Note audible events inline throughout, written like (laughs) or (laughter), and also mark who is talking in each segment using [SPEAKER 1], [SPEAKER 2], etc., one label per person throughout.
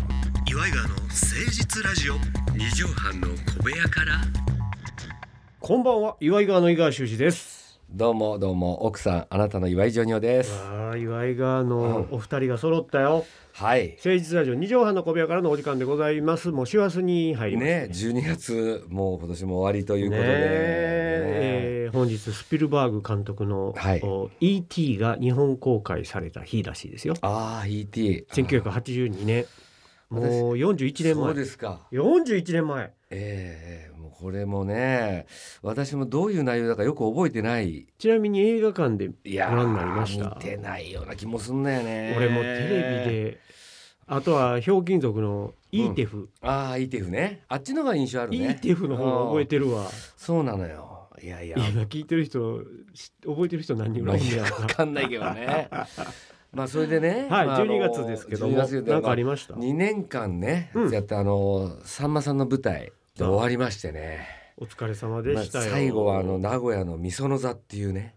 [SPEAKER 1] イガーの誠実ラジオ二畳半の小部屋から
[SPEAKER 2] こんばんは岩井川の井川修司です
[SPEAKER 1] どうもどうも奥さんあなたの岩井ジョニオです
[SPEAKER 2] わあ岩井川のお二人が揃ったよ、
[SPEAKER 1] はい
[SPEAKER 2] 誠実ラジオ二畳半の小部屋からのお時間でございますもう師走に入りました
[SPEAKER 1] ね12月もう今年も終わりということで、ね
[SPEAKER 2] ええー本日スピルバーグ監督の、
[SPEAKER 1] はい
[SPEAKER 2] お E.T. が日本公開された日らしいですよ
[SPEAKER 1] ああ ET
[SPEAKER 2] 1982年もう41年
[SPEAKER 1] そう
[SPEAKER 2] 前
[SPEAKER 1] ですか
[SPEAKER 2] 41年前
[SPEAKER 1] ええもうこれもね私もどういう内容だかよく覚えてない
[SPEAKER 2] ちなみに映画館で
[SPEAKER 1] いやー
[SPEAKER 2] ご覧になりました
[SPEAKER 1] 見てないような気もすんだよね
[SPEAKER 2] 俺もテレビであとはひょうきん族の
[SPEAKER 1] ん
[SPEAKER 2] E テフ、
[SPEAKER 1] ああ ETF ねあっちの方が印象あるね
[SPEAKER 2] いいテフの方が覚えてるわ。
[SPEAKER 1] そうなのよいやいや
[SPEAKER 2] 今聞いてる人、し覚えてる人何人ぐ
[SPEAKER 1] まあ
[SPEAKER 2] らいい
[SPEAKER 1] い
[SPEAKER 2] る
[SPEAKER 1] や
[SPEAKER 2] ん
[SPEAKER 1] わ
[SPEAKER 2] だろうな
[SPEAKER 1] かんないけど
[SPEAKER 2] (laughs)
[SPEAKER 1] ね。まあそれでね、
[SPEAKER 2] はい、
[SPEAKER 1] まああの
[SPEAKER 2] 12月ですけど
[SPEAKER 1] 12
[SPEAKER 2] も、
[SPEAKER 1] 月で
[SPEAKER 2] なんかありました。
[SPEAKER 1] 2年間ね、
[SPEAKER 2] うん
[SPEAKER 1] やったあのさんまさんの舞台で終わりましてね。
[SPEAKER 2] お疲れ様で
[SPEAKER 1] まあ
[SPEAKER 2] したよ。
[SPEAKER 1] 最後はあの名古屋のみその座っていうね、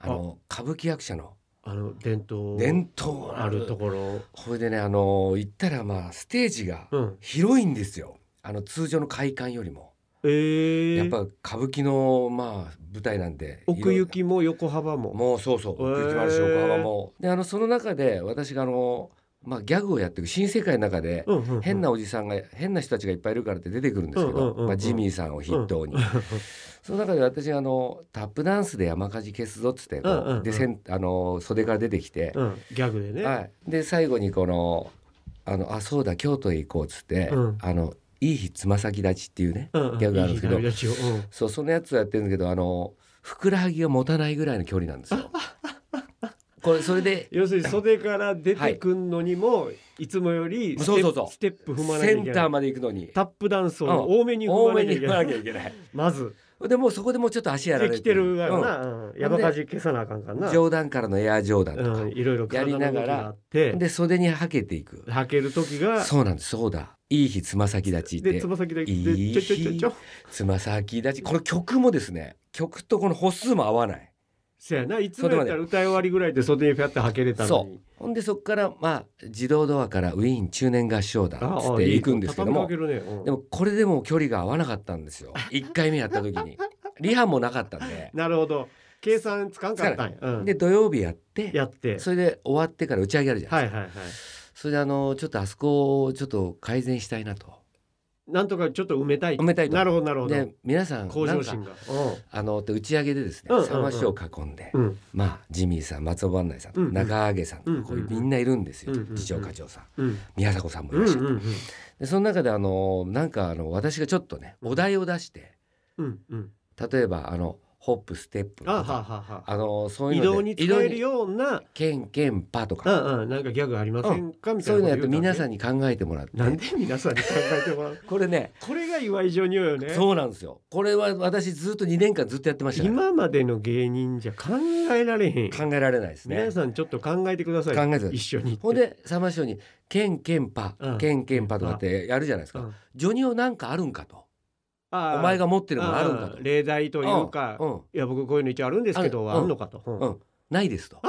[SPEAKER 1] あの歌舞伎役者の
[SPEAKER 2] あの伝統
[SPEAKER 1] 伝統
[SPEAKER 2] あ
[SPEAKER 1] あ
[SPEAKER 2] る
[SPEAKER 1] る
[SPEAKER 2] と
[SPEAKER 1] と
[SPEAKER 2] ころ、
[SPEAKER 1] これでねあの行ったらまあステージが
[SPEAKER 2] うん、
[SPEAKER 1] 広いんですよ。あの通常の会館よりも、
[SPEAKER 2] えー、
[SPEAKER 1] やっぱ歌舞伎のまあ舞台なんで
[SPEAKER 2] 奥行きも横幅も、
[SPEAKER 1] もうそうそう、
[SPEAKER 2] へー
[SPEAKER 1] 奥行きもあるし横幅も。であのその中で私があの、まあ、ギャグをやっていく新世界の中で、
[SPEAKER 2] うんうんうん
[SPEAKER 1] 変なおじさんが変な人たちがいっぱいいるからって出てくるんですけ
[SPEAKER 2] うんうん
[SPEAKER 1] ど、
[SPEAKER 2] うんうん
[SPEAKER 1] まあ、ジミーさんを筆頭に、その中で私があの「タップダンスで山火事消すぞ」っつってこう、
[SPEAKER 2] うんうんうん
[SPEAKER 1] でせんあの袖から出てきて、
[SPEAKER 2] うん、ギャグでね、
[SPEAKER 1] はい、で最後にこの「あのあそうだ京都へ行こう」っつって、
[SPEAKER 2] うん
[SPEAKER 1] あの「いい日つま先立ち」っていうね、
[SPEAKER 2] うんうん、
[SPEAKER 1] ギャグがあるんですけど
[SPEAKER 2] いい旅立ちをうん
[SPEAKER 1] そうそのやつをやってるんだけどあのふくらはぎが持たないぐらいの距離なんで
[SPEAKER 2] (laughs)
[SPEAKER 1] すよ。これそれで
[SPEAKER 2] 要するに袖から出てくんのにも、い、つもよりステ
[SPEAKER 1] そうそうそう
[SPEAKER 2] ステップ踏まなきゃ
[SPEAKER 1] セ
[SPEAKER 2] い
[SPEAKER 1] ン
[SPEAKER 2] け
[SPEAKER 1] タ
[SPEAKER 2] な
[SPEAKER 1] ー
[SPEAKER 2] い。
[SPEAKER 1] まで行くのに
[SPEAKER 2] タップダンスを多めに踏
[SPEAKER 1] 多
[SPEAKER 2] まな
[SPEAKER 1] め
[SPEAKER 2] きゃ
[SPEAKER 1] に
[SPEAKER 2] いけ
[SPEAKER 1] 踏
[SPEAKER 2] ない。
[SPEAKER 1] まなきゃい
[SPEAKER 2] (laughs)
[SPEAKER 1] けない。
[SPEAKER 2] まず。
[SPEAKER 1] でもうそこでもうちょっと足やられ
[SPEAKER 2] で
[SPEAKER 1] て
[SPEAKER 2] きてるわよな、うん、
[SPEAKER 1] ん
[SPEAKER 2] 山火事消さなあかんから
[SPEAKER 1] うん
[SPEAKER 2] な、
[SPEAKER 1] 冗談からのエア冗談とか、
[SPEAKER 2] うん、いろいろ体の動きがあっ
[SPEAKER 1] で
[SPEAKER 2] て
[SPEAKER 1] で袖にはけていく。
[SPEAKER 2] 履ける時が
[SPEAKER 1] そうなんですそうだいい日つま先立ち
[SPEAKER 2] で
[SPEAKER 1] で
[SPEAKER 2] つま先でで
[SPEAKER 1] いい
[SPEAKER 2] ちょちょちょちょ
[SPEAKER 1] つま先立ちこの曲もですね曲とこの歩数も合わない。
[SPEAKER 2] せやないつもやったら歌い終わりぐらいで袖にフィャって履けれたの
[SPEAKER 1] そ
[SPEAKER 2] に
[SPEAKER 1] うほんでそこからまあ自動ドアからウィーン中年合唱団
[SPEAKER 2] あ
[SPEAKER 1] っ
[SPEAKER 2] あ
[SPEAKER 1] つって
[SPEAKER 2] いい
[SPEAKER 1] 行くんですけども
[SPEAKER 2] 畳みかけるねうん
[SPEAKER 1] でもこれでもう距離が合わなかったんです
[SPEAKER 2] (laughs)
[SPEAKER 1] よ一回目やった時にリハもなかったんで
[SPEAKER 2] なるほど計算つかんかったんや、うん、
[SPEAKER 1] で土曜日やって
[SPEAKER 2] やって
[SPEAKER 1] それで終わってから打ち上げあるじゃな
[SPEAKER 2] はいい
[SPEAKER 1] です
[SPEAKER 2] はいはい
[SPEAKER 1] か、それであのちょっとあそこをちょっと改善したいなと
[SPEAKER 2] なんとかちょっと埋めたい
[SPEAKER 1] 埋めたいと
[SPEAKER 2] なるほどなるほど
[SPEAKER 1] で皆さん
[SPEAKER 2] 向
[SPEAKER 1] な
[SPEAKER 2] 上
[SPEAKER 1] んか
[SPEAKER 2] 心が
[SPEAKER 1] あの打ち上げでですね
[SPEAKER 2] うんうんうん
[SPEAKER 1] 三話を囲んで、
[SPEAKER 2] うんうん
[SPEAKER 1] まあジミーさん松尾万内さん、
[SPEAKER 2] うんうん
[SPEAKER 1] 中揚さんとかこうい
[SPEAKER 2] うんう
[SPEAKER 1] う
[SPEAKER 2] ん
[SPEAKER 1] み
[SPEAKER 2] うん
[SPEAKER 1] んないるんですよ、
[SPEAKER 2] うんうんうん
[SPEAKER 1] 次長課長さん
[SPEAKER 2] うん
[SPEAKER 1] 宮迫さんもい
[SPEAKER 2] うん
[SPEAKER 1] らっしゃ
[SPEAKER 2] う
[SPEAKER 1] る、
[SPEAKER 2] んうん
[SPEAKER 1] でその中であのなんかあの私がちょっとねお題を出して
[SPEAKER 2] うんうん
[SPEAKER 1] 例えばあのホップステップと
[SPEAKER 2] あはは
[SPEAKER 1] か
[SPEAKER 2] はは
[SPEAKER 1] あのそうい
[SPEAKER 2] 移
[SPEAKER 1] うので
[SPEAKER 2] 動に使えるような
[SPEAKER 1] ケンケンパと
[SPEAKER 2] う
[SPEAKER 1] か、
[SPEAKER 2] んうんなんかギャグありませんか、みた
[SPEAKER 1] そ
[SPEAKER 2] いう
[SPEAKER 1] い
[SPEAKER 2] な
[SPEAKER 1] うのやって
[SPEAKER 2] こと言うた
[SPEAKER 1] 皆
[SPEAKER 2] ね
[SPEAKER 1] さんに考えてもらって
[SPEAKER 2] なんで皆さんに考えてもらう
[SPEAKER 1] これね
[SPEAKER 2] これが岩井ジョニオよね
[SPEAKER 1] (laughs) そうなんですよこれは私ずっと2年間ずっとやってましたから
[SPEAKER 2] 今までの芸人じゃ考えられへん、
[SPEAKER 1] 考えられないですね
[SPEAKER 2] 皆さんちょっと考えてくださ
[SPEAKER 1] 考
[SPEAKER 2] い
[SPEAKER 1] えてた
[SPEAKER 2] 一緒に
[SPEAKER 1] ほんでさま師匠に「ケンケンパ、
[SPEAKER 2] うん
[SPEAKER 1] ケンケンパ」とかってやるじゃないですか、
[SPEAKER 2] うん
[SPEAKER 1] ジョニオなんかあるんかと
[SPEAKER 2] あー
[SPEAKER 1] お前が持ってるものあるんかと
[SPEAKER 2] あー例題というか、
[SPEAKER 1] うんうん
[SPEAKER 2] いや僕こういうの一応あるんですけど
[SPEAKER 1] あ
[SPEAKER 2] あ
[SPEAKER 1] る
[SPEAKER 2] るのかと、うん
[SPEAKER 1] うんないですと
[SPEAKER 2] あ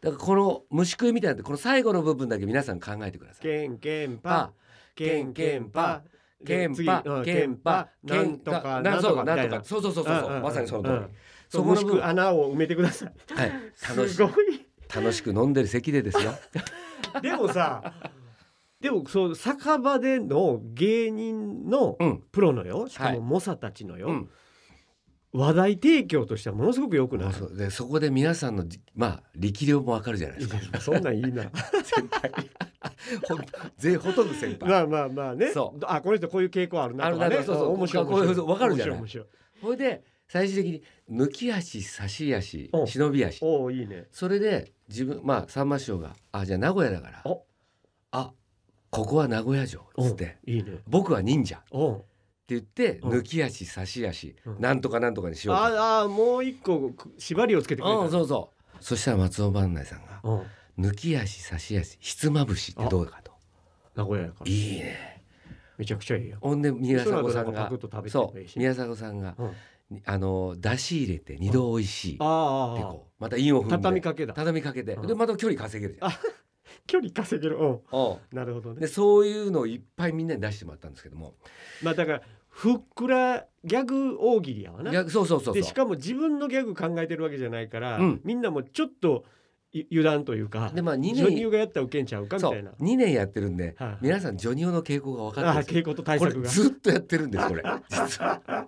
[SPEAKER 1] だからこの虫食いみたいなのってこの最後の部分だけ皆さん考えてください。
[SPEAKER 2] ケンケンパ
[SPEAKER 1] パ
[SPEAKER 2] ケンケンパ
[SPEAKER 1] ケ
[SPEAKER 2] で
[SPEAKER 1] ン
[SPEAKER 2] 次
[SPEAKER 1] パ
[SPEAKER 2] うん
[SPEAKER 1] ケンパ
[SPEAKER 2] ケンパなんとか
[SPEAKER 1] な
[SPEAKER 2] なんん
[SPEAKER 1] と
[SPEAKER 2] とか
[SPEAKER 1] かな
[SPEAKER 2] みた
[SPEAKER 1] んと
[SPEAKER 2] いな
[SPEAKER 1] かそうそうそうそう
[SPEAKER 2] うんうんうん
[SPEAKER 1] まさにその通り、
[SPEAKER 2] うん
[SPEAKER 1] そ
[SPEAKER 2] そ
[SPEAKER 1] こ
[SPEAKER 2] こ
[SPEAKER 1] の
[SPEAKER 2] の
[SPEAKER 1] 部分は
[SPEAKER 2] 穴を埋めてください
[SPEAKER 1] い (laughs) 楽し
[SPEAKER 2] すごい
[SPEAKER 1] 楽しく飲んでる席でですよ (laughs)
[SPEAKER 2] (laughs) でもさでもそう酒場での芸人の
[SPEAKER 1] うん
[SPEAKER 2] プロのよしか
[SPEAKER 1] はい
[SPEAKER 2] も猛者たちのよ、
[SPEAKER 1] うん
[SPEAKER 2] 話題提供としてはものすごく良くない
[SPEAKER 1] そうでそこで皆さんのじまあ力量もわかるじゃないですか
[SPEAKER 2] そんなんいいな
[SPEAKER 1] 先輩ほ (laughs) ん全ほとんど先輩
[SPEAKER 2] まあまあまあね
[SPEAKER 1] そ
[SPEAKER 2] あこの人こういう傾向あるなとか
[SPEAKER 1] ある
[SPEAKER 2] ね
[SPEAKER 1] なそうそう
[SPEAKER 2] あ面白い
[SPEAKER 1] こういう
[SPEAKER 2] 面白
[SPEAKER 1] こういうわかるじゃない
[SPEAKER 2] 面白い面
[SPEAKER 1] ほいで最終的に抜き足差し足
[SPEAKER 2] うん
[SPEAKER 1] 忍び足
[SPEAKER 2] 白いおおいいね
[SPEAKER 1] それで自分まあさんま師匠が「あじゃあ名古屋だから
[SPEAKER 2] お
[SPEAKER 1] あここは名古屋城」つって
[SPEAKER 2] いいね
[SPEAKER 1] 「僕は忍者」
[SPEAKER 2] おう
[SPEAKER 1] って言って
[SPEAKER 2] うん
[SPEAKER 1] 抜き足差し足
[SPEAKER 2] うん
[SPEAKER 1] なんとかなんとかにしようか
[SPEAKER 2] ああもう一個く縛りをつけてくれた
[SPEAKER 1] うんそうそうそしたら松尾万内さんが
[SPEAKER 2] うん
[SPEAKER 1] 「抜き足差し足ひつまぶしってどうか」と
[SPEAKER 2] 名古屋やか
[SPEAKER 1] 「
[SPEAKER 2] ら
[SPEAKER 1] いいね
[SPEAKER 2] めちゃくちゃいいよ」
[SPEAKER 1] ほんで宮迫
[SPEAKER 2] そ
[SPEAKER 1] さん
[SPEAKER 2] の後なんかパ
[SPEAKER 1] が
[SPEAKER 2] クッと食べて
[SPEAKER 1] そ
[SPEAKER 2] も
[SPEAKER 1] う
[SPEAKER 2] いいし
[SPEAKER 1] 宮迫さんが
[SPEAKER 2] うんあ
[SPEAKER 1] にあの出し入れて二度おいしいって
[SPEAKER 2] あああ
[SPEAKER 1] こうまた韻を踏んで
[SPEAKER 2] 畳みかけだ
[SPEAKER 1] 畳みかけて
[SPEAKER 2] うん
[SPEAKER 1] でまた距離稼げるじゃん
[SPEAKER 2] 距離稼げるうん
[SPEAKER 1] お
[SPEAKER 2] なるほどね
[SPEAKER 1] でそういうのをいっぱいみんなに出してもらったんですけども
[SPEAKER 2] まあだからふっくらギャグ大喜利やわな
[SPEAKER 1] 逆そうそうそうそう
[SPEAKER 2] でしかも自分のギャグ考えてるわけじゃないから、
[SPEAKER 1] うん
[SPEAKER 2] みんなもちょっとゆ油断というか
[SPEAKER 1] でまあ2
[SPEAKER 2] 女優
[SPEAKER 1] 年
[SPEAKER 2] がやったらウケんちゃうかみた
[SPEAKER 1] そう
[SPEAKER 2] いな、はい
[SPEAKER 1] 2年やってるんで
[SPEAKER 2] はい
[SPEAKER 1] 皆さんジョニオの傾向が分かって
[SPEAKER 2] あ
[SPEAKER 1] る
[SPEAKER 2] あ
[SPEAKER 1] んですよ
[SPEAKER 2] 傾向と対
[SPEAKER 1] これ
[SPEAKER 2] 策が
[SPEAKER 1] ずっとやってるんですこれ実は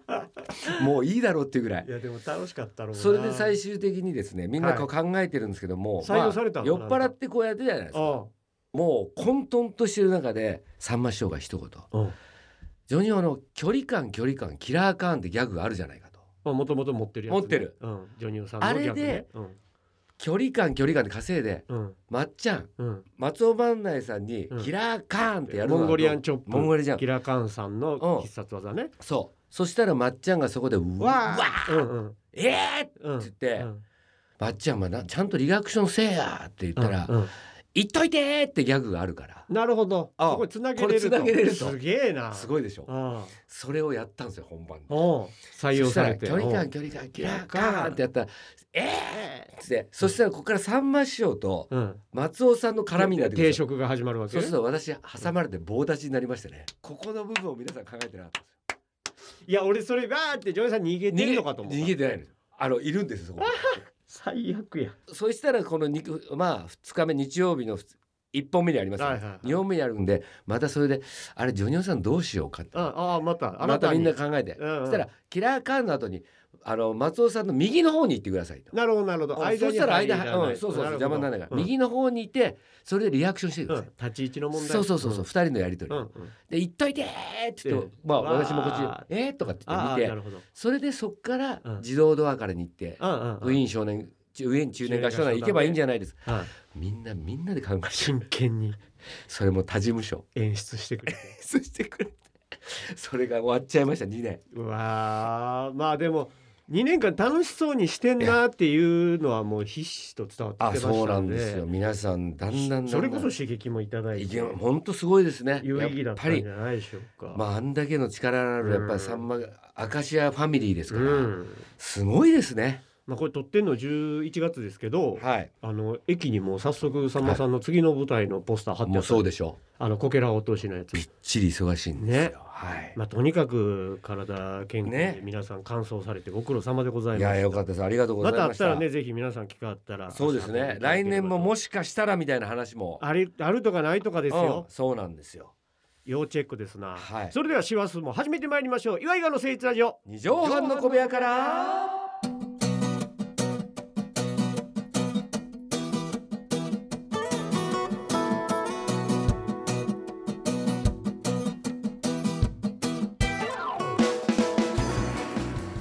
[SPEAKER 1] もういいだろうっていうぐらい
[SPEAKER 2] いやでも楽しかったろうな
[SPEAKER 1] それで最終的にですねみんなこう考えてるんですけども、
[SPEAKER 2] 採用されたの
[SPEAKER 1] 酔っ払ってこうやってるじゃないですか
[SPEAKER 2] あ
[SPEAKER 1] もう混沌としてる中でさんま師匠が一言
[SPEAKER 2] あうん
[SPEAKER 1] 「ジョニオの距離感距離感キラーカーンってギャグがあるじゃないか」と
[SPEAKER 2] まあもともと持ってるやつ、
[SPEAKER 1] 持ってる、
[SPEAKER 2] うん、ジョニオさんの
[SPEAKER 1] あれで
[SPEAKER 2] ギャグねうん
[SPEAKER 1] 「距離感距離感」で稼いで
[SPEAKER 2] うん
[SPEAKER 1] まっちゃん
[SPEAKER 2] うん
[SPEAKER 1] 松尾万内さんに
[SPEAKER 2] うん
[SPEAKER 1] 「キラーカーン」ってやるの
[SPEAKER 2] モ
[SPEAKER 1] が
[SPEAKER 2] ンゴリアンチョップ
[SPEAKER 1] モンゴリアン
[SPEAKER 2] キラカンさんの必殺技ね、
[SPEAKER 1] そうそしたらまっちゃんがそこで「うわ
[SPEAKER 2] わ
[SPEAKER 1] ー
[SPEAKER 2] あうんうん
[SPEAKER 1] ええー!」って
[SPEAKER 2] うん
[SPEAKER 1] 言って
[SPEAKER 2] うん
[SPEAKER 1] 「まっちゃんはなちゃんとリアクションせえや!」って言ったら
[SPEAKER 2] うんうん
[SPEAKER 1] 「言っといて!」ってギャグがあるから
[SPEAKER 2] なるほど
[SPEAKER 1] ああ
[SPEAKER 2] そこれつなげれると
[SPEAKER 1] これ繋げれると
[SPEAKER 2] すげえな
[SPEAKER 1] す
[SPEAKER 2] い
[SPEAKER 1] ごいでしょ
[SPEAKER 2] ああ
[SPEAKER 1] それをやったんですよ本番で。
[SPEAKER 2] おう採用されて
[SPEAKER 1] そしたら距離
[SPEAKER 2] お
[SPEAKER 1] 感距離感キラーカーンってやったら「ええー!」っつってそしたらここからさんま師匠と
[SPEAKER 2] ううん
[SPEAKER 1] 松尾さんの絡みになってくる
[SPEAKER 2] 定
[SPEAKER 1] んですよ
[SPEAKER 2] 食が始まるわけ
[SPEAKER 1] そう
[SPEAKER 2] ね
[SPEAKER 1] すると私挟まれて棒立ちになりましたねここの部分を皆さん考えてなかったんですよ
[SPEAKER 2] いや俺それバーってジョニオさん逃げてるのかと思った
[SPEAKER 1] 逃げてないのよあのいるんですよそこ
[SPEAKER 2] 最悪や
[SPEAKER 1] そしたらこの肉まあ2日目日曜日の1本目にありますよ、
[SPEAKER 2] は
[SPEAKER 1] ね
[SPEAKER 2] いはいはい
[SPEAKER 1] 2本目にあるんでまたそれであれジョニオさんどうしようかって
[SPEAKER 2] あああまたあ
[SPEAKER 1] またみんな
[SPEAKER 2] た
[SPEAKER 1] 考えて、
[SPEAKER 2] うんうん
[SPEAKER 1] そしたらキラーカーンの後にあの松尾さんの右の方に行ってくださいと。
[SPEAKER 2] なるほどなるほど
[SPEAKER 1] そ
[SPEAKER 2] 間に
[SPEAKER 1] したら間、
[SPEAKER 2] 入らな
[SPEAKER 1] う
[SPEAKER 2] い
[SPEAKER 1] ん、そうそうそ
[SPEAKER 2] るほ
[SPEAKER 1] う
[SPEAKER 2] ど
[SPEAKER 1] 邪魔にならないから、
[SPEAKER 2] うん
[SPEAKER 1] 右の方にいてそれでリアクションしてくだ
[SPEAKER 2] う
[SPEAKER 1] さ
[SPEAKER 2] ん
[SPEAKER 1] い、
[SPEAKER 2] 立ち位置の問題
[SPEAKER 1] そうそうそうそう、
[SPEAKER 2] ん
[SPEAKER 1] 二人のやり取り、
[SPEAKER 2] うんうん
[SPEAKER 1] で「行っといて!」って言って、
[SPEAKER 2] ええ
[SPEAKER 1] まあ
[SPEAKER 2] わー
[SPEAKER 1] 私もこっち「えー?」とかって言
[SPEAKER 2] あ
[SPEAKER 1] っ
[SPEAKER 2] あ
[SPEAKER 1] て
[SPEAKER 2] な
[SPEAKER 1] 見て
[SPEAKER 2] るほど
[SPEAKER 1] それでそっから
[SPEAKER 2] うん
[SPEAKER 1] 自動ドアからに行って、
[SPEAKER 2] うんうん
[SPEAKER 1] ウィーン少年ウィーン中年合唱団行けばいいんじゃないですか
[SPEAKER 2] うんはい
[SPEAKER 1] みんなみんなで考えて
[SPEAKER 2] 真剣に
[SPEAKER 1] それも他事
[SPEAKER 2] (laughs)
[SPEAKER 1] 務所
[SPEAKER 2] 演出してくれて
[SPEAKER 1] そしてくれてそれが終わっちゃいました2年
[SPEAKER 2] うわーまあでも2年間楽しそうにしてんなっていうのはもうひっしと伝わってきてました
[SPEAKER 1] あ
[SPEAKER 2] んで
[SPEAKER 1] そうなんですよ皆さんだんだんだんだん
[SPEAKER 2] それこそ刺激もいただい
[SPEAKER 1] い
[SPEAKER 2] て
[SPEAKER 1] や本当すごいですね
[SPEAKER 2] 有意義だ
[SPEAKER 1] や
[SPEAKER 2] っ
[SPEAKER 1] ったぱ
[SPEAKER 2] ん
[SPEAKER 1] り
[SPEAKER 2] じゃないでしょうか。
[SPEAKER 1] まああんだけの力のあるやっぱ
[SPEAKER 2] うん
[SPEAKER 1] りさんまアカシアファミリーです
[SPEAKER 2] う
[SPEAKER 1] から、
[SPEAKER 2] ん、
[SPEAKER 1] すごいですね
[SPEAKER 2] まあこれ撮ってんの11月ですけど、
[SPEAKER 1] はい
[SPEAKER 2] あの駅にもう早速さんまさんの次の舞台のポスター貼って
[SPEAKER 1] も
[SPEAKER 2] あ
[SPEAKER 1] う
[SPEAKER 2] った、
[SPEAKER 1] そうでしょ
[SPEAKER 2] あのこけら落としのやつ
[SPEAKER 1] う。びっちり忙しいんですよ、
[SPEAKER 2] ね
[SPEAKER 1] はい
[SPEAKER 2] まあとにかく体健康で
[SPEAKER 1] ね
[SPEAKER 2] 皆さん完走されてご苦労様でござい
[SPEAKER 1] い
[SPEAKER 2] ま
[SPEAKER 1] や
[SPEAKER 2] す。
[SPEAKER 1] よかったですありがとうござ
[SPEAKER 2] ま
[SPEAKER 1] い
[SPEAKER 2] たあ
[SPEAKER 1] ま
[SPEAKER 2] っ
[SPEAKER 1] した
[SPEAKER 2] たらねぜひ皆さん機会あったら
[SPEAKER 1] そうですね来年ももしかしたらみたいな話も
[SPEAKER 2] あれあるとかないとかですよ
[SPEAKER 1] うん、そうなんですよ
[SPEAKER 2] 要チェックですな、
[SPEAKER 1] はい
[SPEAKER 2] それでは師走も始めてまいりましょう岩井川の誠一ラジオ
[SPEAKER 1] 二畳半の小部屋から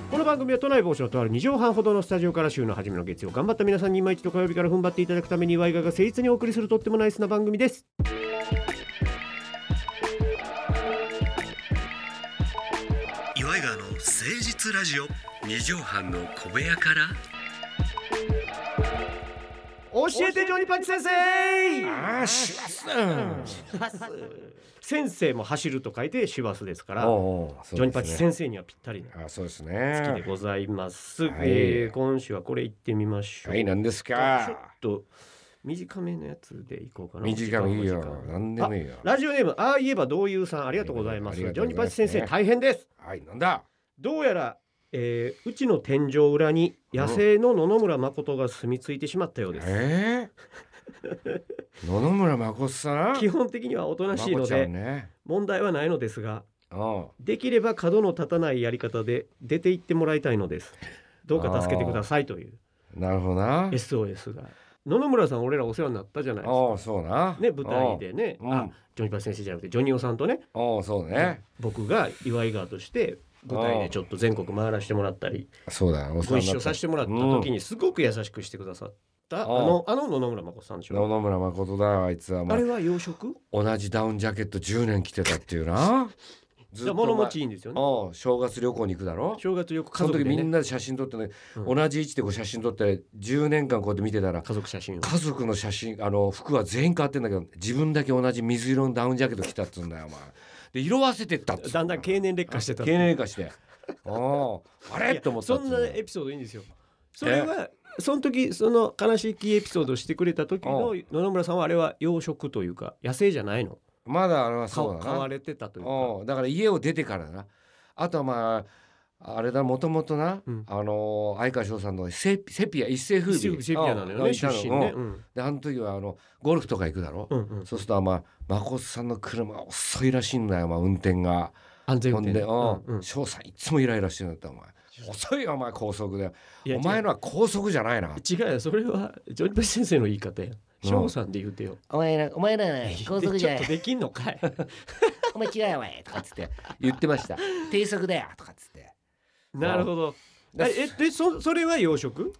[SPEAKER 2] この番組は都内某所とある2畳半ほどのスタジオから週の初めの月曜頑張った皆さんに今一度火曜日から踏ん張っていただくために岩井川が誠実にお送りするとってもナイスな番組です
[SPEAKER 1] 岩井川の誠実ラジオ二畳半の小部屋から
[SPEAKER 2] 教えてジョニパンチ先生
[SPEAKER 1] ああしますうん
[SPEAKER 2] 先生も走ると書いて師走ですから
[SPEAKER 1] おうおうそうで
[SPEAKER 2] ジ
[SPEAKER 1] すね
[SPEAKER 2] ョニパンチ先生にはぴったりな
[SPEAKER 1] あそうです
[SPEAKER 2] 月で
[SPEAKER 1] ね
[SPEAKER 2] ございます、
[SPEAKER 1] はい
[SPEAKER 2] えー今週はこれ行ってみましょう、
[SPEAKER 1] はい何です
[SPEAKER 2] ちょっ
[SPEAKER 1] か
[SPEAKER 2] と短めのやつでいこうかな
[SPEAKER 1] 短いいよ
[SPEAKER 2] 時間も時間
[SPEAKER 1] 何でもいいよ
[SPEAKER 2] ラジオネームああ言えばどういうさんありがとうございます
[SPEAKER 1] ありが
[SPEAKER 2] ジ
[SPEAKER 1] と
[SPEAKER 2] ョ
[SPEAKER 1] うご
[SPEAKER 2] ニ
[SPEAKER 1] ざい
[SPEAKER 2] パ
[SPEAKER 1] ま
[SPEAKER 2] チ
[SPEAKER 1] すね
[SPEAKER 2] 先生大変です
[SPEAKER 1] はいなんだ
[SPEAKER 2] どうやら、えーうちの天井裏に野生の野々村誠が住み着いてしまったようです、
[SPEAKER 1] えー (laughs) 野々村誠さん
[SPEAKER 2] 基本的にはおとなしい
[SPEAKER 1] ま
[SPEAKER 2] の
[SPEAKER 1] こちゃ
[SPEAKER 2] で
[SPEAKER 1] んね
[SPEAKER 2] 問題はないのですが
[SPEAKER 1] うん
[SPEAKER 2] できれば角の立たないやり方で出て行ってもらいたいのですどうか助けてくださいという
[SPEAKER 1] なるほどな
[SPEAKER 2] SOS が野々村さん俺らお世話になったじゃないです
[SPEAKER 1] あ
[SPEAKER 2] か
[SPEAKER 1] あそうな
[SPEAKER 2] ね舞台でね
[SPEAKER 1] うん
[SPEAKER 2] あジョニパチ先生じゃなくてジョニオさんとね
[SPEAKER 1] ああそうね
[SPEAKER 2] 僕が岩井川として舞台でちょっと全国回らせてもらったり
[SPEAKER 1] そうだお世
[SPEAKER 2] ご
[SPEAKER 1] 話に
[SPEAKER 2] 一
[SPEAKER 1] なった
[SPEAKER 2] 緒させてもらった時にすごく優しくしてくださったあ
[SPEAKER 1] うん
[SPEAKER 2] のあの野々村真子さんでし
[SPEAKER 1] 野
[SPEAKER 2] ょ
[SPEAKER 1] 々村誠だあいつはも
[SPEAKER 2] あ
[SPEAKER 1] う
[SPEAKER 2] れは洋食
[SPEAKER 1] 同じダウンジャケット10年着てたっていうなず
[SPEAKER 2] じゃあ物持ちいいんですよね
[SPEAKER 1] お前うん正月旅行に行くだろ
[SPEAKER 2] 正月よく家
[SPEAKER 1] その
[SPEAKER 2] 族
[SPEAKER 1] 時
[SPEAKER 2] で
[SPEAKER 1] みん
[SPEAKER 2] ね
[SPEAKER 1] なで写真撮ってね、
[SPEAKER 2] うん
[SPEAKER 1] 同じ位置でこう写真撮って10年間こうやって見てたら
[SPEAKER 2] 家族写真を
[SPEAKER 1] 家族の写真あの服は全員変わってんだけど自分だけ同じ水色のダウンジャケット着たっつうんだよお前で色褪せてったっつう
[SPEAKER 2] だんだん経年劣化してた
[SPEAKER 1] 経年化してあああ
[SPEAKER 2] い
[SPEAKER 1] れ
[SPEAKER 2] や
[SPEAKER 1] と思った
[SPEAKER 2] そ
[SPEAKER 1] っつ
[SPEAKER 2] ん
[SPEAKER 1] うだ
[SPEAKER 2] な
[SPEAKER 1] よ
[SPEAKER 2] エピソードいいんですよそれはその時その悲しきエピソードをしてくれた時の
[SPEAKER 1] う
[SPEAKER 2] 野々村さんはあれは養殖というか野生じゃないの
[SPEAKER 1] まだあれは
[SPEAKER 2] 買
[SPEAKER 1] そうだ
[SPEAKER 2] わ
[SPEAKER 1] な
[SPEAKER 2] れてたというか
[SPEAKER 1] うんだから家を出てからだなあとはまああれだもともとな、
[SPEAKER 2] うん
[SPEAKER 1] あの相川翔さんのセピセピア一世風靡
[SPEAKER 2] シェフシェフィアなのよ
[SPEAKER 1] うん
[SPEAKER 2] ね出身ね
[SPEAKER 1] う
[SPEAKER 2] うんん
[SPEAKER 1] であの時はあのゴルフとか行くだろ、
[SPEAKER 2] うんうん
[SPEAKER 1] そうするとあまあ誠さんの車遅いらしいんだよ、まあ、運転が。
[SPEAKER 2] 安全
[SPEAKER 1] ほ
[SPEAKER 2] 運
[SPEAKER 1] ん
[SPEAKER 2] 転
[SPEAKER 1] で、
[SPEAKER 2] う
[SPEAKER 1] うん
[SPEAKER 2] んうん
[SPEAKER 1] 翔さんいつもイライラしてるんだってお前遅いよお前高速で
[SPEAKER 2] いや
[SPEAKER 1] お前のは高速じゃないな
[SPEAKER 2] 違うよそれはジョニーパチ先生の言い方や翔さんで言うてよ
[SPEAKER 1] お前らお前らは高速じゃな
[SPEAKER 2] ちょっ
[SPEAKER 1] い
[SPEAKER 2] とできんの
[SPEAKER 1] (laughs)
[SPEAKER 2] かい
[SPEAKER 1] お前違うよお前とかっつって言ってました低速だよとかっつって
[SPEAKER 2] なるほど
[SPEAKER 1] だ
[SPEAKER 2] ええでそそれは養殖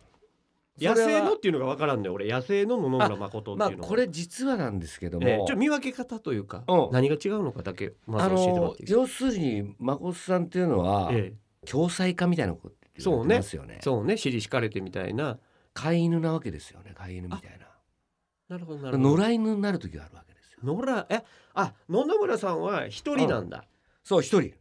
[SPEAKER 1] れ
[SPEAKER 2] 野
[SPEAKER 1] は
[SPEAKER 2] 生のっていうのが分からんだよ俺野生の野々村誠って
[SPEAKER 1] まあ
[SPEAKER 2] いうのが
[SPEAKER 1] これ実はなんですけども、
[SPEAKER 2] えーちょっと見分け方というか、
[SPEAKER 1] うん
[SPEAKER 2] 何が違うのかだけま
[SPEAKER 1] あ
[SPEAKER 2] ず教えてもらっ
[SPEAKER 1] の
[SPEAKER 2] ていいですか、
[SPEAKER 1] 要するに誠さんっていうのは、
[SPEAKER 2] え
[SPEAKER 1] 共済化みたいなことって言ってますよね
[SPEAKER 2] えそうね尻敷かれてみたいな
[SPEAKER 1] 飼い犬なわけですよね飼い犬みたい
[SPEAKER 2] なるほどな
[SPEAKER 1] な
[SPEAKER 2] るほど
[SPEAKER 1] 野良犬になる時があるわけですよ
[SPEAKER 2] 野良えあ野々村さんは一人なんだ、
[SPEAKER 1] そう一人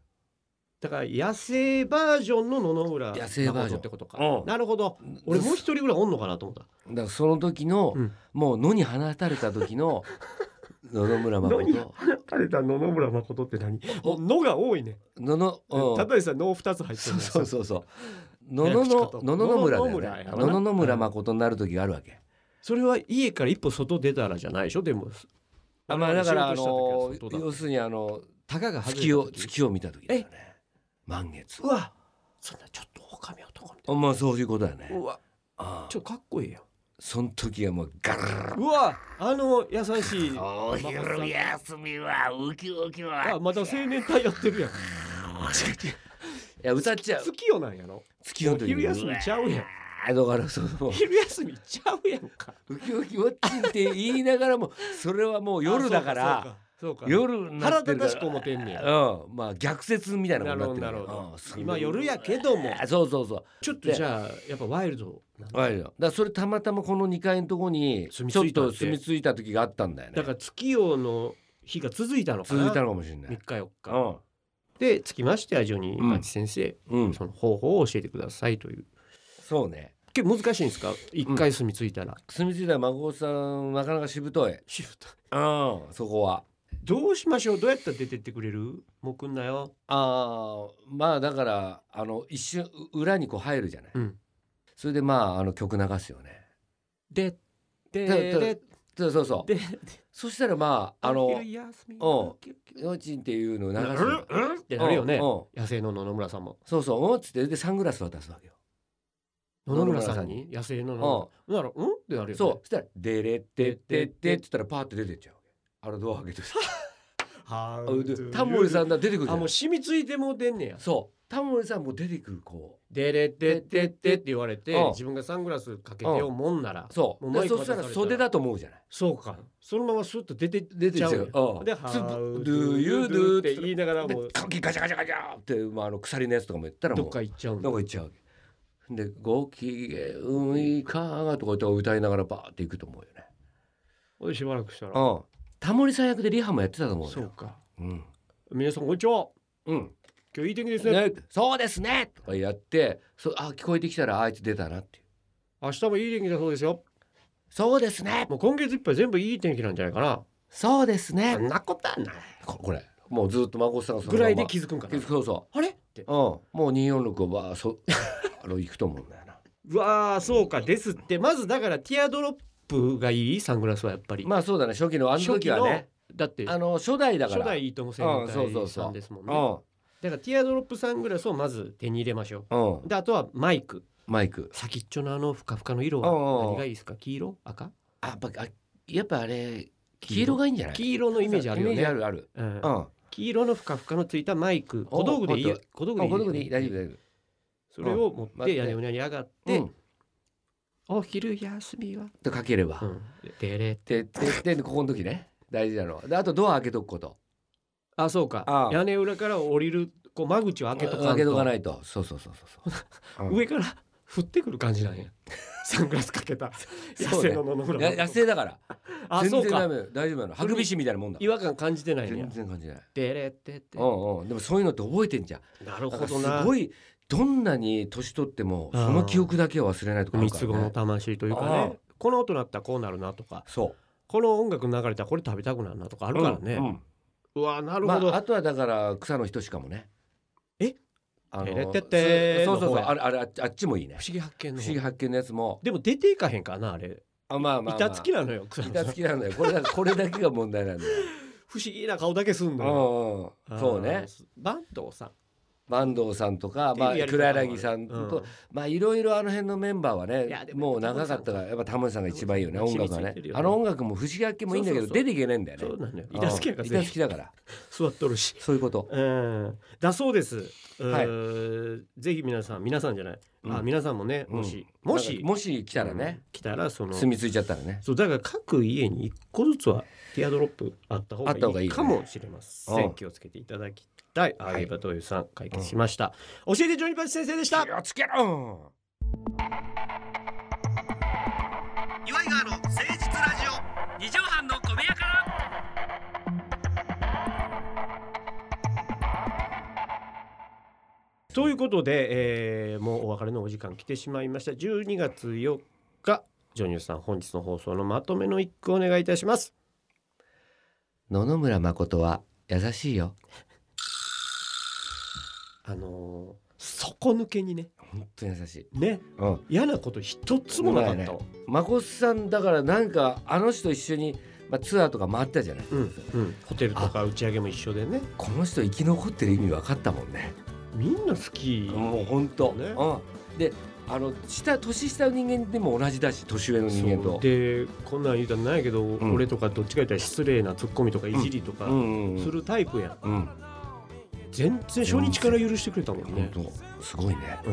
[SPEAKER 2] だから野生バージョンの野々村
[SPEAKER 1] 野生バージ
[SPEAKER 2] 誠
[SPEAKER 1] ョン
[SPEAKER 2] ってことか、
[SPEAKER 1] うん
[SPEAKER 2] なるほど俺もう一人ぐらいおんのかなと思った
[SPEAKER 1] だからその時の、
[SPEAKER 2] うん
[SPEAKER 1] もう野に放たれた時の
[SPEAKER 2] (laughs)
[SPEAKER 1] 野々村
[SPEAKER 2] 野に
[SPEAKER 1] 誠
[SPEAKER 2] 放たれた野々村誠って (laughs) 何もう野が多いね
[SPEAKER 1] 野々うん
[SPEAKER 2] 例えさ野2つ入って
[SPEAKER 1] そ
[SPEAKER 2] る
[SPEAKER 1] うそうそうそう野
[SPEAKER 2] 早
[SPEAKER 1] 々
[SPEAKER 2] 口言葉
[SPEAKER 1] の野々村だ
[SPEAKER 2] 野々
[SPEAKER 1] よ
[SPEAKER 2] 村
[SPEAKER 1] ね
[SPEAKER 2] やわな
[SPEAKER 1] 野々村誠になる時があるわけ
[SPEAKER 2] それは家から一歩外出たらじゃないでしょでも
[SPEAKER 1] あまあだからあの
[SPEAKER 2] 仕事した時は外だ
[SPEAKER 1] 要するにあの
[SPEAKER 2] たかが外れた時
[SPEAKER 1] 月を月を見た時だよね満月
[SPEAKER 2] うわそんなちょっと狼男みた
[SPEAKER 1] あまあそういうことだよね
[SPEAKER 2] いなうわ
[SPEAKER 1] ああ
[SPEAKER 2] ちょっとかっこいいやん
[SPEAKER 1] その時はもうガララ
[SPEAKER 2] うわあの優しい
[SPEAKER 1] お昼休みはウキウキは
[SPEAKER 2] あまた青年隊やってるやん
[SPEAKER 1] いや歌っちゃう
[SPEAKER 2] 月夜なんやろ
[SPEAKER 1] 月の時に
[SPEAKER 2] お昼休みちゃうやん
[SPEAKER 1] うわーだからその
[SPEAKER 2] (laughs) 昼休みちゃうやんか
[SPEAKER 1] ウキウキウォッチンって言いながらもそれはもう夜だから
[SPEAKER 2] あそうかそうかそうか
[SPEAKER 1] 夜になってるか
[SPEAKER 2] 腹
[SPEAKER 1] ら
[SPEAKER 2] 立たしく思ってんね
[SPEAKER 1] うんまあ逆説みたいなことにな
[SPEAKER 2] な
[SPEAKER 1] って
[SPEAKER 2] るほ
[SPEAKER 1] る
[SPEAKER 2] どなるほど
[SPEAKER 1] うんそれ
[SPEAKER 2] 今夜やけども
[SPEAKER 1] あそうそうそう
[SPEAKER 2] ちょっとじゃあやっぱワイルドなんだ
[SPEAKER 1] はいよだからそれたまたまこの2階のとこにち
[SPEAKER 2] 住み
[SPEAKER 1] ょ
[SPEAKER 2] 着
[SPEAKER 1] っ
[SPEAKER 2] いたって
[SPEAKER 1] と住み着いた時があったんだよね
[SPEAKER 2] だから月夜の日が続いたのかな
[SPEAKER 1] 続いたのかもしれない
[SPEAKER 2] 3日4日、
[SPEAKER 1] うん
[SPEAKER 2] でつきましてはジョニーパチ先生、
[SPEAKER 1] うん
[SPEAKER 2] その方法を教えてくださいという
[SPEAKER 1] そうね
[SPEAKER 2] 結構難しいんですか一回住み着いたら、
[SPEAKER 1] 住み着いた孫さんなかなかしぶというん
[SPEAKER 2] シフト
[SPEAKER 1] そこは
[SPEAKER 2] どうしましょうどうやったら出てってくれるもう来んなよ
[SPEAKER 1] あーまあだからあの一瞬う裏にこう入るじゃない、
[SPEAKER 2] うん
[SPEAKER 1] それでまああの曲流すよね
[SPEAKER 2] でで
[SPEAKER 1] たた
[SPEAKER 2] で
[SPEAKER 1] そうそうそう
[SPEAKER 2] で
[SPEAKER 1] そしたらまああの
[SPEAKER 2] 昼休み
[SPEAKER 1] うん
[SPEAKER 2] ウキウキ
[SPEAKER 1] 幼稚園っていうのを流す
[SPEAKER 2] うんうんってなるよね
[SPEAKER 1] うんうん
[SPEAKER 2] 野生の野々村さんも
[SPEAKER 1] そうそううんっつってでサングラス渡すわけよ、
[SPEAKER 2] 野々村さんに野生の野々村ならうんってなるよね
[SPEAKER 1] そうそしたら「デレッテッテッテ」っつったらパーって出てっちゃうわけあのドア開けてさ
[SPEAKER 2] は
[SPEAKER 1] あで (laughs) タモリさんだ出てくるじ
[SPEAKER 2] あ
[SPEAKER 1] ゃ
[SPEAKER 2] も
[SPEAKER 1] な
[SPEAKER 2] う
[SPEAKER 1] い
[SPEAKER 2] 染みついてもうてんねや
[SPEAKER 1] そうタモリさんも出てくるこ
[SPEAKER 2] でれでででって言われて
[SPEAKER 1] うん
[SPEAKER 2] 自分がサングラスかけてようもんなら
[SPEAKER 1] うそう
[SPEAKER 2] もうマ
[SPEAKER 1] で
[SPEAKER 2] イク渡
[SPEAKER 1] そし
[SPEAKER 2] さ
[SPEAKER 1] た
[SPEAKER 2] れた
[SPEAKER 1] ら
[SPEAKER 2] ら
[SPEAKER 1] 袖だと思うじゃない
[SPEAKER 2] そうかそのまますっと出て
[SPEAKER 1] 出てっちゃう
[SPEAKER 2] よ
[SPEAKER 1] ようん
[SPEAKER 2] で、
[SPEAKER 1] つぶ
[SPEAKER 2] How
[SPEAKER 1] do
[SPEAKER 2] do
[SPEAKER 1] you
[SPEAKER 2] you
[SPEAKER 1] do
[SPEAKER 2] do?
[SPEAKER 1] っ
[SPEAKER 2] ってて
[SPEAKER 1] 言
[SPEAKER 2] 言
[SPEAKER 1] い
[SPEAKER 2] いながら
[SPEAKER 1] で
[SPEAKER 2] もう
[SPEAKER 1] カキガチャガチャガチャって、まあ、あの鎖のやつとかも言ったらも
[SPEAKER 2] ど
[SPEAKER 1] う
[SPEAKER 2] っか行っちゃうん
[SPEAKER 1] な
[SPEAKER 2] だ
[SPEAKER 1] んか。言っちゃうわけで「ご機嫌うんいかが」とか言って歌いながらバーっていくと思うよね
[SPEAKER 2] おいしばらくしたら。
[SPEAKER 1] うんタモリさん役でリハもやってたと思う
[SPEAKER 2] そう
[SPEAKER 1] よ
[SPEAKER 2] か。
[SPEAKER 1] うん
[SPEAKER 2] 皆さんこんにちは。
[SPEAKER 1] うん
[SPEAKER 2] 今日いい天気ですね。
[SPEAKER 1] ねそうですねとかやってそあ聞こえてきたらあいつ出たなっていう
[SPEAKER 2] 明日もいい天気だそうですよ。
[SPEAKER 1] そうですね
[SPEAKER 2] もう今月いっぱい全部いい天気なんじゃないかな。
[SPEAKER 1] そうですね
[SPEAKER 2] そんなことはない。
[SPEAKER 1] ここれもうずっと孫さんがその
[SPEAKER 2] ぐ
[SPEAKER 1] まま
[SPEAKER 2] らいで気づくんか
[SPEAKER 1] 気
[SPEAKER 2] な
[SPEAKER 1] づく。そうそ
[SPEAKER 2] あれって
[SPEAKER 1] う。うんもう246をばーそ (laughs) あの行くと思うんだよな
[SPEAKER 2] うわあ、そうか。ですって。まずだからティアドロップがいいサングラスはやっぱり。
[SPEAKER 1] まあそうだね初期のあの
[SPEAKER 2] 初
[SPEAKER 1] 時
[SPEAKER 2] 期
[SPEAKER 1] は
[SPEAKER 2] の
[SPEAKER 1] ね
[SPEAKER 2] だって
[SPEAKER 1] あの初代だか
[SPEAKER 2] 初
[SPEAKER 1] ら
[SPEAKER 2] 代いいとも青
[SPEAKER 1] うんそうそう
[SPEAKER 2] 年さ
[SPEAKER 1] そう
[SPEAKER 2] んですもん
[SPEAKER 1] う
[SPEAKER 2] ね。
[SPEAKER 1] ん
[SPEAKER 2] だからティアドロップサングラスをまず手に入れましょ
[SPEAKER 1] うん
[SPEAKER 2] う。であとはマイク。
[SPEAKER 1] マイク
[SPEAKER 2] 先っちょのあのふかふかの色
[SPEAKER 1] うんうんうん
[SPEAKER 2] は何がいいですか黄色赤
[SPEAKER 1] あやっぱあやっぱあれ黄色がいいんじゃない
[SPEAKER 2] 黄色のイメージあるよ
[SPEAKER 1] イメージ
[SPEAKER 2] ね、
[SPEAKER 1] あるある
[SPEAKER 2] うん
[SPEAKER 1] うんあ
[SPEAKER 2] 黄色のふかふかのついたマイク
[SPEAKER 1] お
[SPEAKER 2] 小道具でいい
[SPEAKER 1] 待っ
[SPEAKER 2] 小道具でいい
[SPEAKER 1] これでいい大丈夫大丈
[SPEAKER 2] それを持っ
[SPEAKER 1] 待って
[SPEAKER 2] て屋根裏に上がっ
[SPEAKER 1] 夫で
[SPEAKER 2] てお昼休みは
[SPEAKER 1] とかければ
[SPEAKER 2] でれ
[SPEAKER 1] ででででここの時ね大事なのはであとドア開けとくこと
[SPEAKER 2] あそう
[SPEAKER 1] あ
[SPEAKER 2] か
[SPEAKER 1] あ
[SPEAKER 2] 屋根裏から降りるこう間口を開けとかんと
[SPEAKER 1] 開けとかないとそうそうそうそうそう (laughs) うん
[SPEAKER 2] 上から降ってくる感じなんやサングラスかけた野
[SPEAKER 1] そう
[SPEAKER 2] 生
[SPEAKER 1] ね
[SPEAKER 2] の野々
[SPEAKER 1] や
[SPEAKER 2] 村
[SPEAKER 1] 野生だから
[SPEAKER 2] あ
[SPEAKER 1] 全
[SPEAKER 2] そう
[SPEAKER 1] 然ダ
[SPEAKER 2] か
[SPEAKER 1] メよ大丈夫なのハクビシンみたいなもんだ
[SPEAKER 2] 違和感感じてないね
[SPEAKER 1] 全然感じない
[SPEAKER 2] でれってって
[SPEAKER 1] うんうんでもそういうのって覚えてんじゃん
[SPEAKER 2] なる
[SPEAKER 1] だか
[SPEAKER 2] ほ
[SPEAKER 1] らす
[SPEAKER 2] どな
[SPEAKER 1] ごいどんなに年取っても
[SPEAKER 2] あー
[SPEAKER 1] その記憶だけは忘れないとかある
[SPEAKER 2] 三
[SPEAKER 1] か
[SPEAKER 2] つ
[SPEAKER 1] ら、
[SPEAKER 2] 子
[SPEAKER 1] ね
[SPEAKER 2] の、魂というか
[SPEAKER 1] ああ
[SPEAKER 2] ねこの音鳴ったらこうなるなとか
[SPEAKER 1] そう
[SPEAKER 2] この音楽流れたらこれ食べたくなるなとかあ
[SPEAKER 1] あ
[SPEAKER 2] るからね、うわなる
[SPEAKER 1] ま
[SPEAKER 2] ほど、
[SPEAKER 1] あ、あとはだから草の人しかもね
[SPEAKER 2] え
[SPEAKER 1] あの
[SPEAKER 2] てれてってー
[SPEAKER 1] そうそうそう
[SPEAKER 2] の方や
[SPEAKER 1] あれあれあっちあっちもいいね
[SPEAKER 2] 不思議発見
[SPEAKER 1] 不
[SPEAKER 2] の
[SPEAKER 1] 思議発見のやつも
[SPEAKER 2] でも出ていかへんからなあれ
[SPEAKER 1] あまあまあ、まあ、
[SPEAKER 2] 板付きなのよ草野さん
[SPEAKER 1] 板付きなんだよこれだこれだけが問題なんだよ、
[SPEAKER 2] 不思 (laughs) 議な顔だけすん
[SPEAKER 1] う
[SPEAKER 2] のよ
[SPEAKER 1] んうん、そうね
[SPEAKER 2] バンドさん
[SPEAKER 1] 坂東さんとか、まあ、
[SPEAKER 2] っていうやり方もある
[SPEAKER 1] 黒柳さんと、
[SPEAKER 2] うん
[SPEAKER 1] まあいろいろあの辺のメンバーはい
[SPEAKER 2] や
[SPEAKER 1] ね
[SPEAKER 2] でも
[SPEAKER 1] もう長かったからやっぱタモリさんが一番いいよね
[SPEAKER 2] タモ
[SPEAKER 1] 音
[SPEAKER 2] リさん染みつい
[SPEAKER 1] 楽はね
[SPEAKER 2] てるよね
[SPEAKER 1] あの音楽も不思議発見もいいんだけど
[SPEAKER 2] そうそうそ
[SPEAKER 1] 出
[SPEAKER 2] う
[SPEAKER 1] ていけねえんだよね
[SPEAKER 2] そうなのよ
[SPEAKER 1] うん
[SPEAKER 2] 板付きやから
[SPEAKER 1] 板付きだから
[SPEAKER 2] 座っとるし
[SPEAKER 1] そういうこと
[SPEAKER 2] うんだそうです、
[SPEAKER 1] はいう
[SPEAKER 2] ーぜひ皆さん皆さんじゃない、
[SPEAKER 1] う
[SPEAKER 2] あ
[SPEAKER 1] ん
[SPEAKER 2] 皆さんもね
[SPEAKER 1] うん
[SPEAKER 2] もし、も
[SPEAKER 1] なん
[SPEAKER 2] し
[SPEAKER 1] かもし来たら
[SPEAKER 2] うん
[SPEAKER 1] ね
[SPEAKER 2] 来たらその
[SPEAKER 1] 住み着いちゃったらね
[SPEAKER 2] そうだから各家に一個ずつはティアドロップあった方
[SPEAKER 1] あった方
[SPEAKER 2] が
[SPEAKER 1] が
[SPEAKER 2] いい
[SPEAKER 1] いいね
[SPEAKER 2] かもしれません、
[SPEAKER 1] うん
[SPEAKER 2] 気をつけていただきたいあ
[SPEAKER 1] はい
[SPEAKER 2] ーバトユさん解決しました、教えてジョニパチ先生でした
[SPEAKER 1] 気をつけろ
[SPEAKER 2] 岩井川の誠実ラジオ二畳半の小部屋からということで、えーもうお別れのお時間来てしまいました12月4日ジョニオさん本日の放送のまとめの一句お願いいたします
[SPEAKER 1] 野々村誠は優しいよ
[SPEAKER 2] あのー底抜けにね
[SPEAKER 1] 本当に優しい
[SPEAKER 2] ね
[SPEAKER 1] うん
[SPEAKER 2] 嫌なこと一つもなかったわ、
[SPEAKER 1] 誠さんだからなんかあの人一緒にまあツアーとか回ったじゃない
[SPEAKER 2] うんうん、ホテルとか打ち上げも一緒でね
[SPEAKER 1] この人生き残ってる意味分かったもんね
[SPEAKER 2] みんな好き、
[SPEAKER 1] もう本当、
[SPEAKER 2] ね
[SPEAKER 1] うん、であの下年下の人間でも同じだし年上の人間
[SPEAKER 2] そう
[SPEAKER 1] と
[SPEAKER 2] でこんなん言うたらないけど、
[SPEAKER 1] ん
[SPEAKER 2] 俺とかどっちか言ったら失礼なツッコミとかいじりと
[SPEAKER 1] う
[SPEAKER 2] か
[SPEAKER 1] んうんうん
[SPEAKER 2] するタイプやん、
[SPEAKER 1] うん
[SPEAKER 2] 全然初日から許してくれたもんね
[SPEAKER 1] 本、当すごいね
[SPEAKER 2] う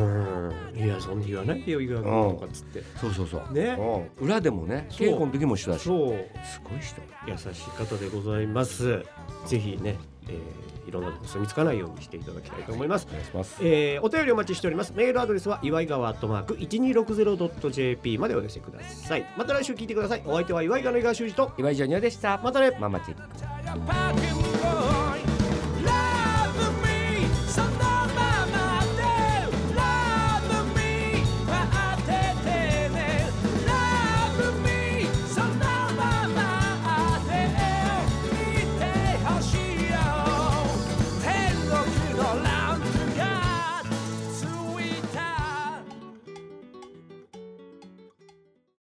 [SPEAKER 2] ん、いやそんな言わないでよ岩川君とかっつって、
[SPEAKER 1] そうそうそう
[SPEAKER 2] ね
[SPEAKER 1] うん裏でもね
[SPEAKER 2] そう
[SPEAKER 1] 稽古の時も一緒だし
[SPEAKER 2] そう
[SPEAKER 1] すごい人
[SPEAKER 2] 優しい方でございますぜひね、えーいろんなとこ住み着かないようにしていただきたいと思います
[SPEAKER 1] お願いします
[SPEAKER 2] えーお便りお待ちしておりますメールアドレスは岩井川アットマーク 1260.jp までお寄せくださいまた来週聞いてくださいお相手は岩井川の井川修司と
[SPEAKER 1] 岩井ジョニオでした
[SPEAKER 2] またね
[SPEAKER 1] ママチェック
[SPEAKER 3] Tired of parking